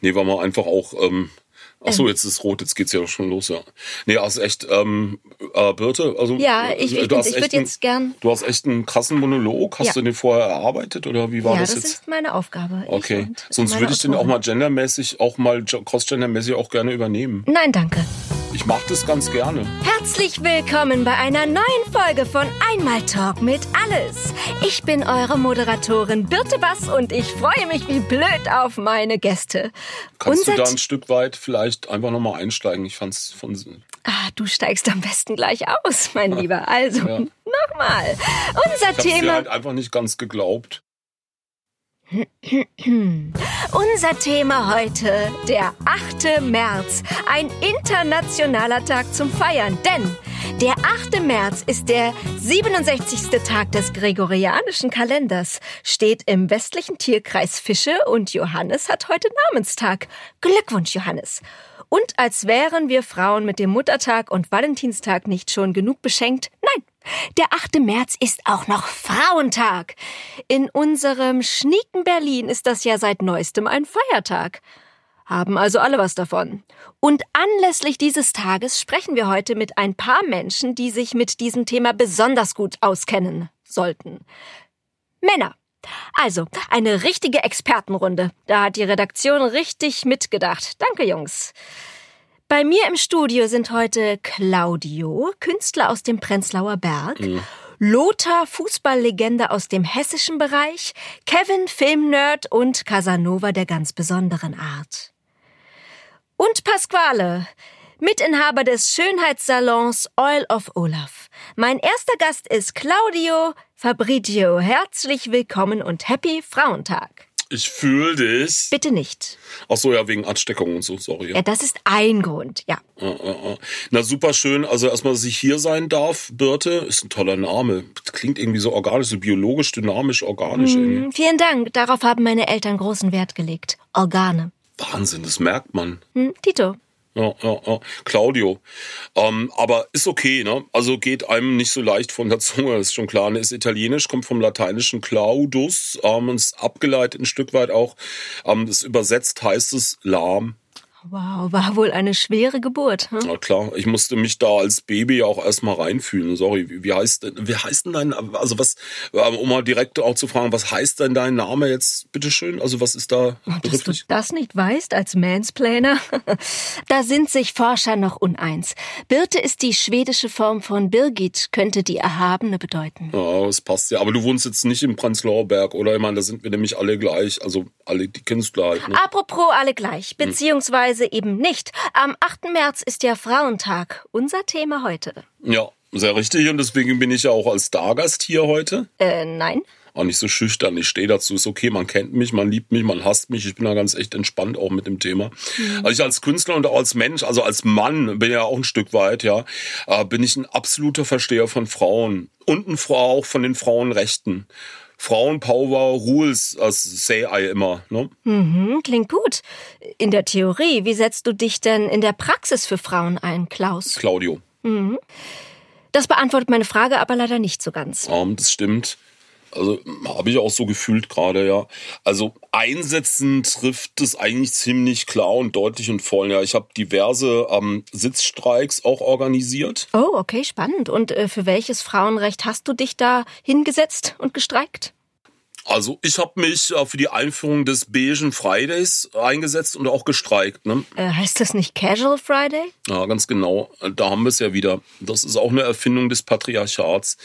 Nee, weil man einfach auch. Ähm, Ach so, jetzt ist rot, jetzt geht's ja auch schon los, ja. Nee, hast echt, ähm, äh, Birte, also. Ja, ich- ich- du hast ich würd echt einen- jetzt gern- Du hast echt einen krassen Monolog. Hast Ja. du den vorher erarbeitet oder wie war ja, das das, jetzt? ist meine Aufgabe. Ich Okay, und sonst meine würde ich den auch Autorin. mal gendermäßig, auch mal jo- cross-gendermäßig auch gerne übernehmen. Nein, danke. Ich mache das ganz gerne. Herzlich willkommen bei einer neuen Folge von Einmal Talk mit Alles. Ich bin eure Moderatorin Birte Bass und ich freue mich wie blöd auf meine Gäste. Kannst Unser du da ein Stück weit vielleicht einfach nochmal einsteigen? Ich fand's von. Ah, du steigst am besten gleich aus, mein Lieber. Also, Ja. nochmal. Unser Ich hab's dir Thema. halt einfach nicht ganz geglaubt. Unser Thema heute, der 8. März, ein internationaler Tag zum Feiern, denn der 8. März ist der 67. Tag des gregorianischen Kalenders, steht im westlichen Tierkreis Fische und Johannes hat heute Namenstag. Glückwunsch, Johannes! Und als wären wir Frauen mit dem Muttertag und Valentinstag nicht schon genug beschenkt, nein, der 8. März ist auch noch Frauentag. In unserem schnieken Berlin ist das ja seit neuestem ein Feiertag. Haben also alle was davon. Und anlässlich dieses Tages sprechen wir heute mit ein paar Menschen, die sich mit diesem Thema besonders gut auskennen sollten. Männer. Also, eine richtige Expertenrunde. Da hat die Redaktion richtig mitgedacht. Danke, Jungs. Bei mir im Studio sind heute Claudio, Künstler aus dem Prenzlauer Berg, Lothar, Fußballlegende aus dem hessischen Bereich, Kevin, Filmnerd und Casanova der ganz besonderen Art. Und Pasquale, Mitinhaber des Schönheitssalons Oil of Olaf. Mein erster Gast ist Claudio Fabrizio. Herzlich willkommen und Happy Frauentag. Ich fühle dich. Bitte nicht. Ach so, ja, wegen Ansteckung und so, sorry. Ja, das ist ein Grund, ja. Äh, äh, äh. Na, super schön. Also erstmal, dass ich hier sein darf, Birte, ist ein toller Name. Klingt irgendwie so organisch, so biologisch, dynamisch, organisch. Irgendwie. Mhm, Vielen Dank, darauf haben meine Eltern großen Wert gelegt. Organe. Wahnsinn, das merkt man. Hm, Tito. Ja, ja, ja. Claudio. Ähm, aber ist okay, ne? Also geht einem nicht so leicht von der Zunge, ist schon klar. Ne? Ist italienisch, kommt vom lateinischen Claudus, ähm, und ist abgeleitet ein Stück weit auch. Ähm, das übersetzt heißt es lahm. Wow, war wohl eine schwere Geburt. Hm? Na klar, ich musste mich da als Baby auch erstmal reinfühlen. Sorry, wie wie heißt denn, wie heißt denn dein, also was, äh, um mal direkt auch zu fragen, was heißt denn dein Name jetzt, bitteschön? Also was ist da Und dass du begrifflich? das nicht weißt als Mansplainer? da sind sich Forscher noch uneins. Birte ist die schwedische Form von Birgit, könnte die Erhabene bedeuten. Ja, das passt ja. Aber du wohnst jetzt nicht im Prenzlauer Berg, oder? Ich meine, da sind wir nämlich alle gleich. Also alle die Künstler halt. Hm. Ah. Ne? Apropos alle gleich, beziehungsweise eben nicht. Am 8. März ist ja Frauentag, unser Thema heute. Ja, sehr richtig. Und deswegen bin ich ja auch als Stargast hier heute. Äh, nein? Auch nicht so schüchtern. Ich stehe dazu. Ist okay, man kennt mich, man liebt mich, man hasst mich. Ich bin da ganz echt entspannt auch mit dem Thema. Also ich als Künstler und auch als Mensch, also als Mann, bin ja auch ein Stück weit, ja, äh, bin ich ein absoluter Versteher von Frauen. Und ein Frau auch von den Frauenrechten. Frauenpower Rules, das say I immer, ne? Hm, klingt gut. In der Theorie, wie setzt du dich denn in der Praxis für Frauen ein, Klaus? Claudio. Das beantwortet meine Frage aber leider nicht so ganz. Ähm, das stimmt. Also mh, habe ich auch so gefühlt gerade, ja. Also einsetzen trifft es eigentlich ziemlich klar und deutlich und voll. Ja, ich habe diverse ähm, Sitzstreiks auch organisiert. Oh, okay, spannend. Und äh, für welches Frauenrecht hast du dich da hingesetzt und gestreikt? Also ich habe mich äh, für die Einführung des beigen Fridays eingesetzt und auch gestreikt. Ne? Äh, heißt das nicht Casual Friday? Ja, ganz genau. Da haben wir es ja wieder. Das ist auch eine Erfindung des Patriarchats.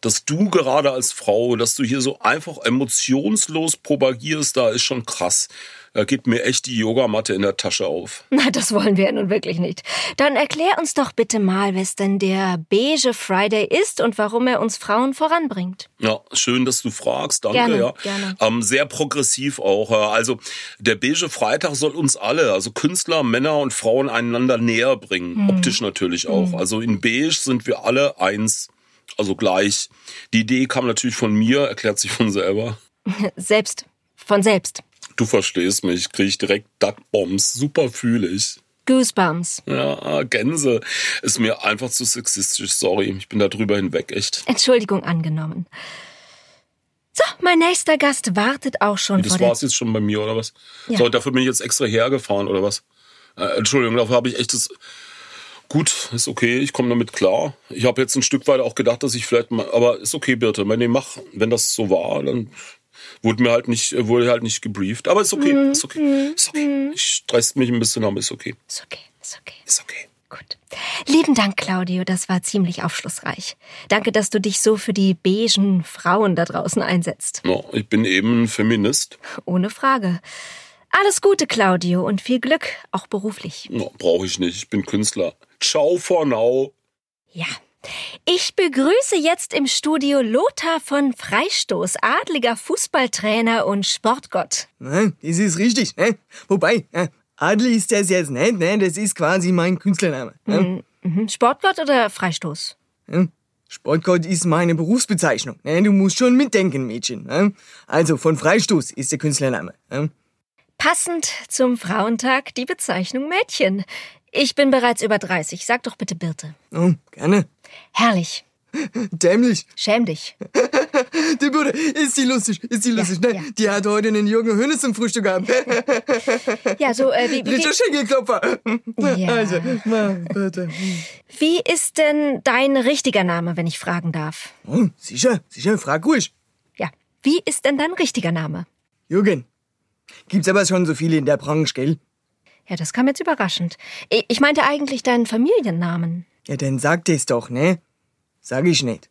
Dass du gerade als Frau, dass du hier so einfach emotionslos propagierst, da ist schon krass. Da geht mir echt die Yogamatte in der Tasche auf. Na, das wollen wir ja nun wirklich nicht. Dann erklär uns doch bitte mal, was denn der beige Friday ist und warum er uns Frauen voranbringt. Ja, schön, dass du fragst. Danke. Gerne, ja. gerne. Ähm, sehr progressiv auch. ja. Also der beige Freitag soll uns alle, also Künstler, Männer und Frauen einander näher Mhm. bringen. Optisch natürlich auch. Also in beige sind wir alle eins. Also gleich. Die Idee kam natürlich von mir, erklärt sich von selber. Selbst. Von selbst. Du verstehst mich, kriege ich direkt Duckbombs. Super fühle ich. Goosebumps. Ja, Gänse ist mir einfach zu sexistisch. Sorry, ich bin da drüber hinweg, echt. Entschuldigung angenommen. So, mein nächster Gast wartet auch schon vor Das der war's jetzt schon bei mir, oder was? Ja. So, dafür bin ich jetzt extra hergefahren, oder was? Äh, Entschuldigung, dafür habe ich echt das. Gut, ist okay, ich komme damit klar. Ich habe jetzt ein Stück weit auch gedacht, dass ich vielleicht mal. Aber ist okay, Birte. Wenn, ich mach, wenn das so war, dann wurde mir halt nicht, wurde halt nicht gebrieft. Aber ist okay, ist okay. Ist okay. Ich stress mich ein bisschen, aber ist okay. Ist okay, ist okay. Ist okay. Gut. Lieben Dank, Claudio, das war ziemlich aufschlussreich. Danke, dass du dich so für die beigen Frauen da draußen einsetzt. No, ich bin eben ein Feminist. Ohne Frage. Alles Gute, Claudio, und viel Glück, auch beruflich. No, Brauche ich nicht. Ich bin Künstler. Ciao for now. Ja. Ich begrüße jetzt im Studio Lothar von Freistoß, adliger Fußballtrainer und Sportgott. Nein, das ist richtig. Ne? Wobei, äh, Adli ist das jetzt nicht, ne? das ist quasi mein Künstlername. Ne? Mhm. Sportgott oder Freistoß? Ja. Sportgott ist meine Berufsbezeichnung. Ne? Du musst schon mitdenken, Mädchen. Ne? Also, von Freistoß ist der Künstlername. Ne? Passend zum Frauentag die Bezeichnung Mädchen. Ich bin bereits über 30. Sag doch bitte Birte. Oh, gerne. Herrlich. Dämlich. Schäm dich. Die Bude, ist die lustig, ist die lustig. ne? ja. Die hat heute einen Jürgen Hönes zum Frühstück gehabt. Ja, so, äh, wie, Richter wie, Schenkelklopfer. Oh, Ja. Also, mal, bitte. wie ist denn dein richtiger Name, wenn ich fragen darf? Oh, sicher, sicher, frag ruhig. Ja, wie ist denn dein richtiger Name? Jürgen. Gibt's aber schon so viele in der Branche, gell? Ja, das kam jetzt überraschend. I- Ich meinte eigentlich deinen Familiennamen. Ja, dann sag das doch, ne? Sag ich nicht.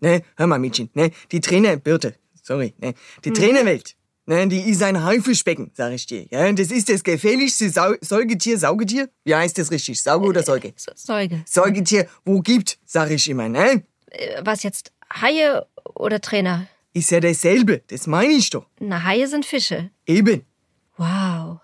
Ne, hör mal, Mädchen, ne? Die Trainer, Birte, sorry, ne? Die Trainerwelt, ne? Die ist ein Haifischbecken, sag ich dir. Ja, das ist das gefährlichste Sau Säugetier, Saugetier? Wie heißt das richtig? Sauge oder Säuge? So- Säuge. Säugetier, wo gibt, sag ich immer, ne? Äh, Was jetzt? Haie oder Trainer? Ist ja dasselbe, das meine ich doch. Na, Haie sind Fische. Eben. Wow.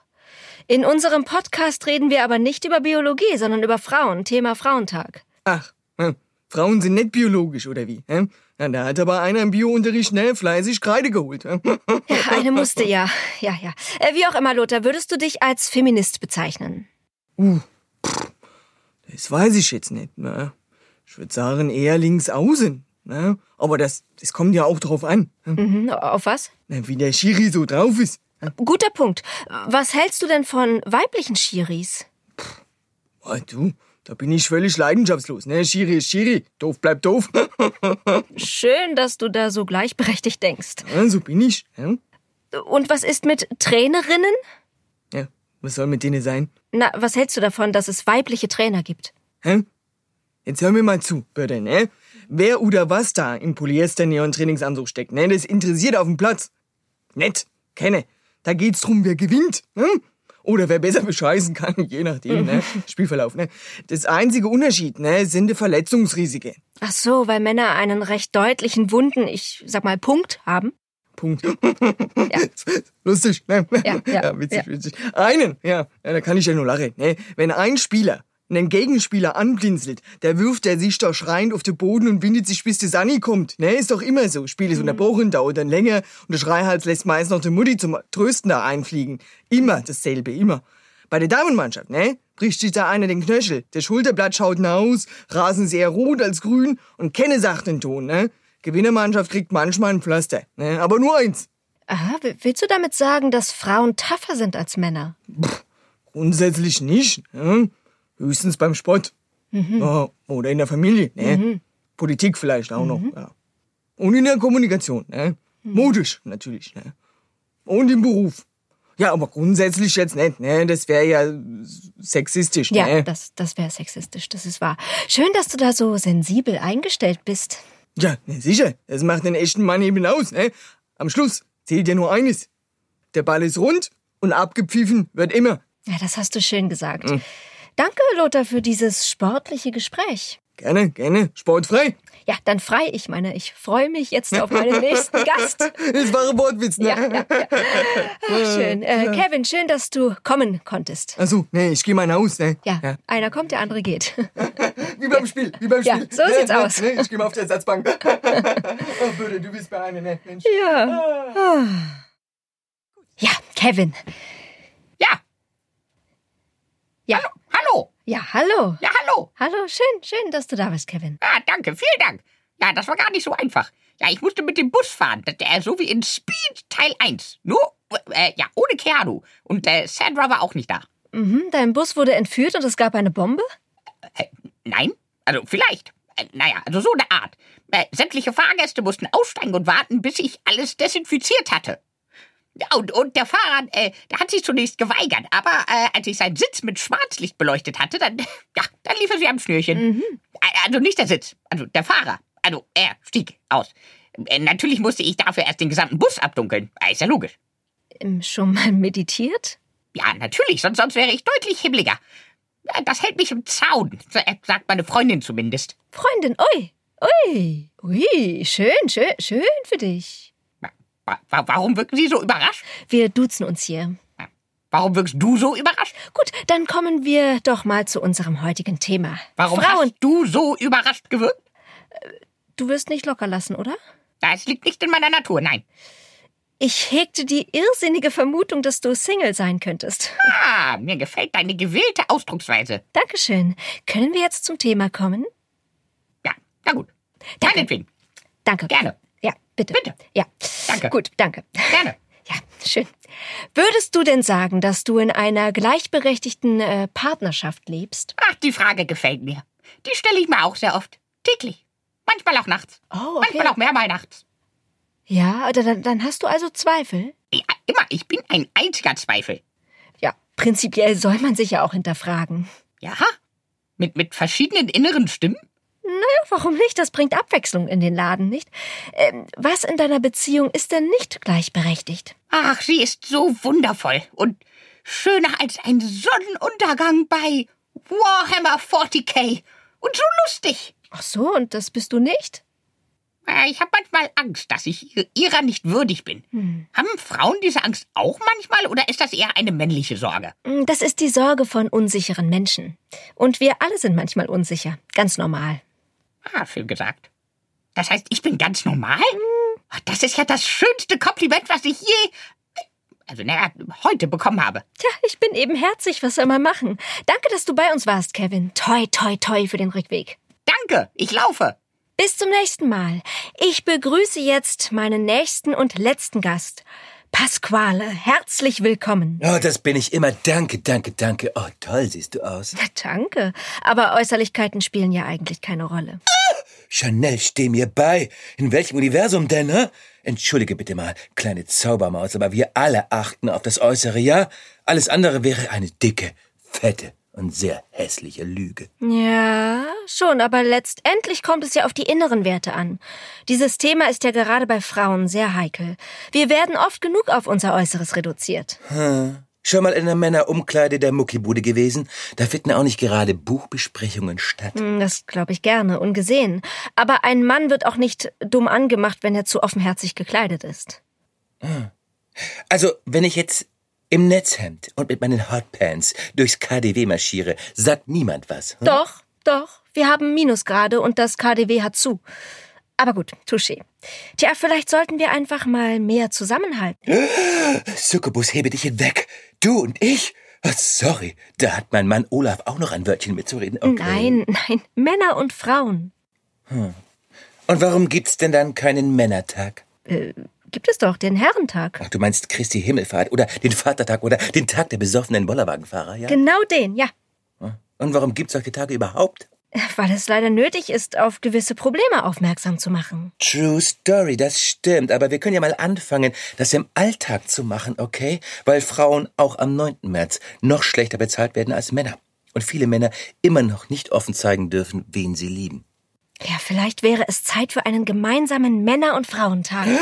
In unserem Podcast reden wir aber nicht über Biologie, sondern über Frauen. Thema Frauentag. Ach, hm, Frauen sind nicht biologisch, oder wie? Hm? Na, da hat aber einer im Biounterricht schnell fleißig Kreide geholt. Hm? Ja, eine musste ja. Ja, ja. Äh, Wie auch immer, Lothar, würdest du dich als Feminist bezeichnen? Das weiß ich jetzt nicht. Ne? Ich würde sagen, eher links außen. Ne? Aber das, das kommt ja auch drauf an, hm? Mhm. Auf was? Na, wie der Schiri so drauf ist. Hm? Guter Punkt. Was hältst du denn von weiblichen Schiris? Ah, du, da bin ich völlig leidenschaftslos. Ne? Schiri ist Schiri, doof bleibt doof. ne? Schön, dass du da so gleichberechtigt denkst. Ja, so bin ich. Hm? Und was ist mit Trainerinnen? Ja, was soll mit denen sein? Na, was hältst du davon, dass es weibliche Trainer gibt? Hä? Jetzt hör mir mal zu, bitte, ne? Wer oder was da im Polyester-Neon-Trainingsanzug steckt, ne? Das interessiert auf dem Platz. Nett, kenne. Da geht's drum, wer gewinnt, ne? Oder wer besser bescheißen kann, je nachdem, ne? Spielverlauf, ne? Das einzige Unterschied, ne, sind die Verletzungsrisiken. Ach so, weil Männer einen recht deutlichen Wunden, ich sag mal Punkt haben. Punkt. Lustig, ne? Ja, ja, witzig, ja. witzig. Einen, ja, ja, da kann ich ja nur lachen, ne? Wenn ein Spieler einen Gegenspieler anblinzelt, da wirft er sich doch schreiend auf den Boden und windet sich, bis der Sani kommt. Ne, ist doch immer so. Spiel ist unterbrochen, dauert dann länger und der Schreihals lässt meist noch den Mutti zum Trösten da einfliegen. Immer dasselbe, immer. Bei der Damenmannschaft, ne? Bricht sich da einer den Knöchel, der Schulterblatt schaut nach aus, Rasen ist eher rot als grün und kenne sagt den Ton, ne? Gewinnermannschaft kriegt manchmal ein Pflaster, ne? Aber nur eins. Aha, wi- willst du damit sagen, dass Frauen tougher sind als Männer? Grundsätzlich nicht. Ne? Höchstens beim Sport. Mhm. Ja, oder in der Familie. Ne? Politik vielleicht auch Mhm. noch. Ja. Und in der Kommunikation. Ne? Modisch natürlich. Ne? Und im Beruf. Ja, aber grundsätzlich jetzt nicht. Ne? Das wäre ja sexistisch. Ja, ne? das, das wäre sexistisch, das ist wahr. Schön, dass du da so sensibel eingestellt bist. Ja, na sicher. Das macht den echten Mann eben aus. Ne? Am Schluss zählt ja nur eines. Der Ball ist rund und abgepfiffen wird immer. Ja, das hast du schön gesagt. Danke, Lothar, für dieses sportliche Gespräch. Gerne, gerne. Sportfrei. Ja, dann frei ich meine. Ich freue mich jetzt auf meinen nächsten Gast. Das war ein Wortwitz. Ne? Ja, ja, ja. Ach, schön. Äh, Kevin, schön, dass du kommen konntest. Ach so, nee, ich gehe mal nach Haus, ne? Ja, einer kommt, der andere geht. Wie beim Spiel, wie beim Ja, Spiel. so Ne, sieht's ne, aus. ne, Ich gehe mal auf die Ersatzbank. oh, Böde, du bist bei einer, ne? Mensch. Ja. Ja, Kevin. Ja, Ja, hallo. ja, hallo. Ja, hallo. Hallo, schön, schön, dass du da bist, Kevin. Ah, danke, vielen Dank. Ja, das war gar nicht so einfach. Ja, ich musste mit dem Bus fahren. Das, äh, so wie in Speed Teil 1. Nur, äh, ja, ohne Keanu. Und äh, Sandra war auch nicht da. Mhm, dein Bus wurde entführt und es gab eine Bombe? Äh, nein? Also vielleicht. Äh, naja, also so eine Art. Äh, sämtliche Fahrgäste mussten aussteigen und warten, bis ich alles desinfiziert hatte. Ja, und, und der Fahrer, äh, der hat sich zunächst geweigert, aber äh, als ich seinen Sitz mit Schwarzlicht beleuchtet hatte, dann, ja, dann lief er sich am Schnürchen. Äh, Also nicht der Sitz, also der Fahrer. Also er stieg aus. Äh, natürlich musste ich dafür erst den gesamten Bus abdunkeln. Äh, ist ja logisch. Ähm, Schon mal meditiert? Ja, natürlich, sonst, sonst wäre ich deutlich hibbeliger. Äh, Das hält mich im Zaun, so- äh, sagt meine Freundin zumindest. Freundin, ui, ui, ui, schön, schön, schön für dich. Wa- wa- Warum wirken Sie so überrascht? Wir duzen uns hier. Warum wirkst du so überrascht? Gut, dann kommen wir doch mal zu unserem heutigen Thema. Warum Frauen, hast du so überrascht gewirkt? du wirst nicht locker lassen, oder? Das liegt nicht in meiner Natur, nein. Ich hegte die irrsinnige Vermutung, dass du Single sein könntest. Ah, mir gefällt deine gewählte Ausdrucksweise. Dankeschön. Können wir jetzt zum Thema kommen? Ja, na gut. Deinetwegen. Danke. Gerne. Ja, bitte. Bitte. Ja. Danke. Gut, danke. Gerne. Ja, schön. Würdest du denn sagen, dass du in einer gleichberechtigten äh, Partnerschaft lebst? Ach, die Frage gefällt mir. Die stelle ich mir auch sehr oft. Täglich. Manchmal auch nachts. Oh, Manchmal auch mehrmal nachts. Ja, oder dann, dann hast du also Zweifel? Ja, immer, ich bin ein einziger Zweifel. Ja, prinzipiell soll man sich ja auch hinterfragen. Ja? Mit, mit verschiedenen inneren Stimmen? Ja, warum nicht? Das bringt Abwechslung in den Laden, nicht? Ähm, was in deiner Beziehung ist denn nicht gleichberechtigt? Ach, sie ist so wundervoll und schöner als ein Sonnenuntergang bei Warhammer 40k. Und so lustig. Ach so, und das bist du nicht? Äh, Ich habe manchmal Angst, dass ich ihr- ihrer nicht würdig bin. Haben Frauen diese Angst auch manchmal oder ist das eher eine männliche Sorge? Hm, Das ist die Sorge von unsicheren Menschen. Und wir alle sind manchmal unsicher. Ganz normal. Ah, schön gesagt. Das heißt, ich bin ganz normal? Ach, Das ist ja das schönste Kompliment, was ich je, also naja, heute bekommen habe. Tja, ich bin eben herzig, was soll man machen? Danke, dass du bei uns warst, Kevin. Toi, toi, toi für den Rückweg. Danke, ich laufe. Bis zum nächsten Mal. Ich begrüße jetzt meinen nächsten und letzten Gast. Pasquale, herzlich willkommen. Oh, das bin ich immer. Danke, danke, danke. Oh, toll siehst du aus. Na, danke. Aber Äußerlichkeiten spielen ja eigentlich keine Rolle. Chanel, steh mir bei. In welchem Universum denn, hä? Entschuldige bitte mal, kleine Zaubermaus, aber wir alle achten auf das Äußere, ja? Alles andere wäre eine dicke, fette und sehr hässliche Lüge. Ja, schon, aber letztendlich kommt es ja auf die inneren Werte an. Dieses Thema ist ja gerade bei Frauen sehr heikel. Wir werden oft genug auf unser Äußeres reduziert. Schon mal in der Männerumkleide der Muckibude gewesen? Da finden auch nicht gerade Buchbesprechungen statt. Hm, Das glaube ich gerne, ungesehen. Aber ein Mann wird auch nicht dumm angemacht, wenn er zu offenherzig gekleidet ist. Also, wenn ich jetzt im Netzhemd und mit meinen Hotpants durchs KDW marschiere, sagt niemand was. Hm? Doch, doch, wir haben Minusgrade und das KDW hat zu. Aber gut, touché. Tja, vielleicht sollten wir einfach mal mehr zusammenhalten. Succubus, hebe dich hinweg. Du und ich? Oh, sorry, da hat mein Mann Olaf auch noch ein Wörtchen mitzureden. Okay. Nein, nein, Männer und Frauen. Und warum gibt's denn dann keinen Männertag? Gibt es doch den Herrentag. Ach, du meinst Christi Himmelfahrt oder den Vatertag oder den Tag der besoffenen Bollerwagenfahrer, ja? Genau den, ja. Und warum gibt's solche Tage überhaupt? Weil es leider nötig ist, auf gewisse Probleme aufmerksam zu machen. True Story, das stimmt. Aber wir können ja mal anfangen, das im Alltag zu machen, okay? Weil Frauen auch am 9. März noch schlechter bezahlt werden als Männer. Und viele Männer immer noch nicht offen zeigen dürfen, wen sie lieben. Ja, vielleicht wäre es Zeit für einen gemeinsamen Männer- und Frauentag. Ja,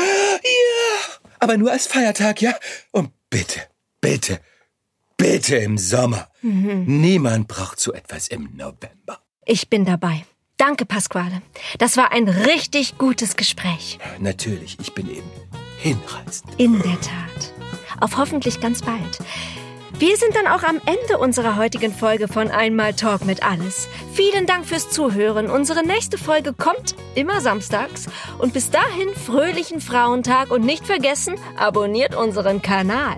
aber nur als Feiertag, ja? Und bitte, bitte, bitte im Sommer. Niemand braucht so etwas im November. Ich bin dabei. Danke, Pasquale. Das war ein richtig gutes Gespräch. Natürlich, ich bin eben hinreizend. In der Tat. Auf hoffentlich ganz bald. Wir sind dann auch am Ende unserer heutigen Folge von Einmal Talk mit Alles. Vielen Dank fürs Zuhören. Unsere nächste Folge kommt immer samstags. Und bis dahin fröhlichen Frauentag und nicht vergessen, abonniert unseren Kanal.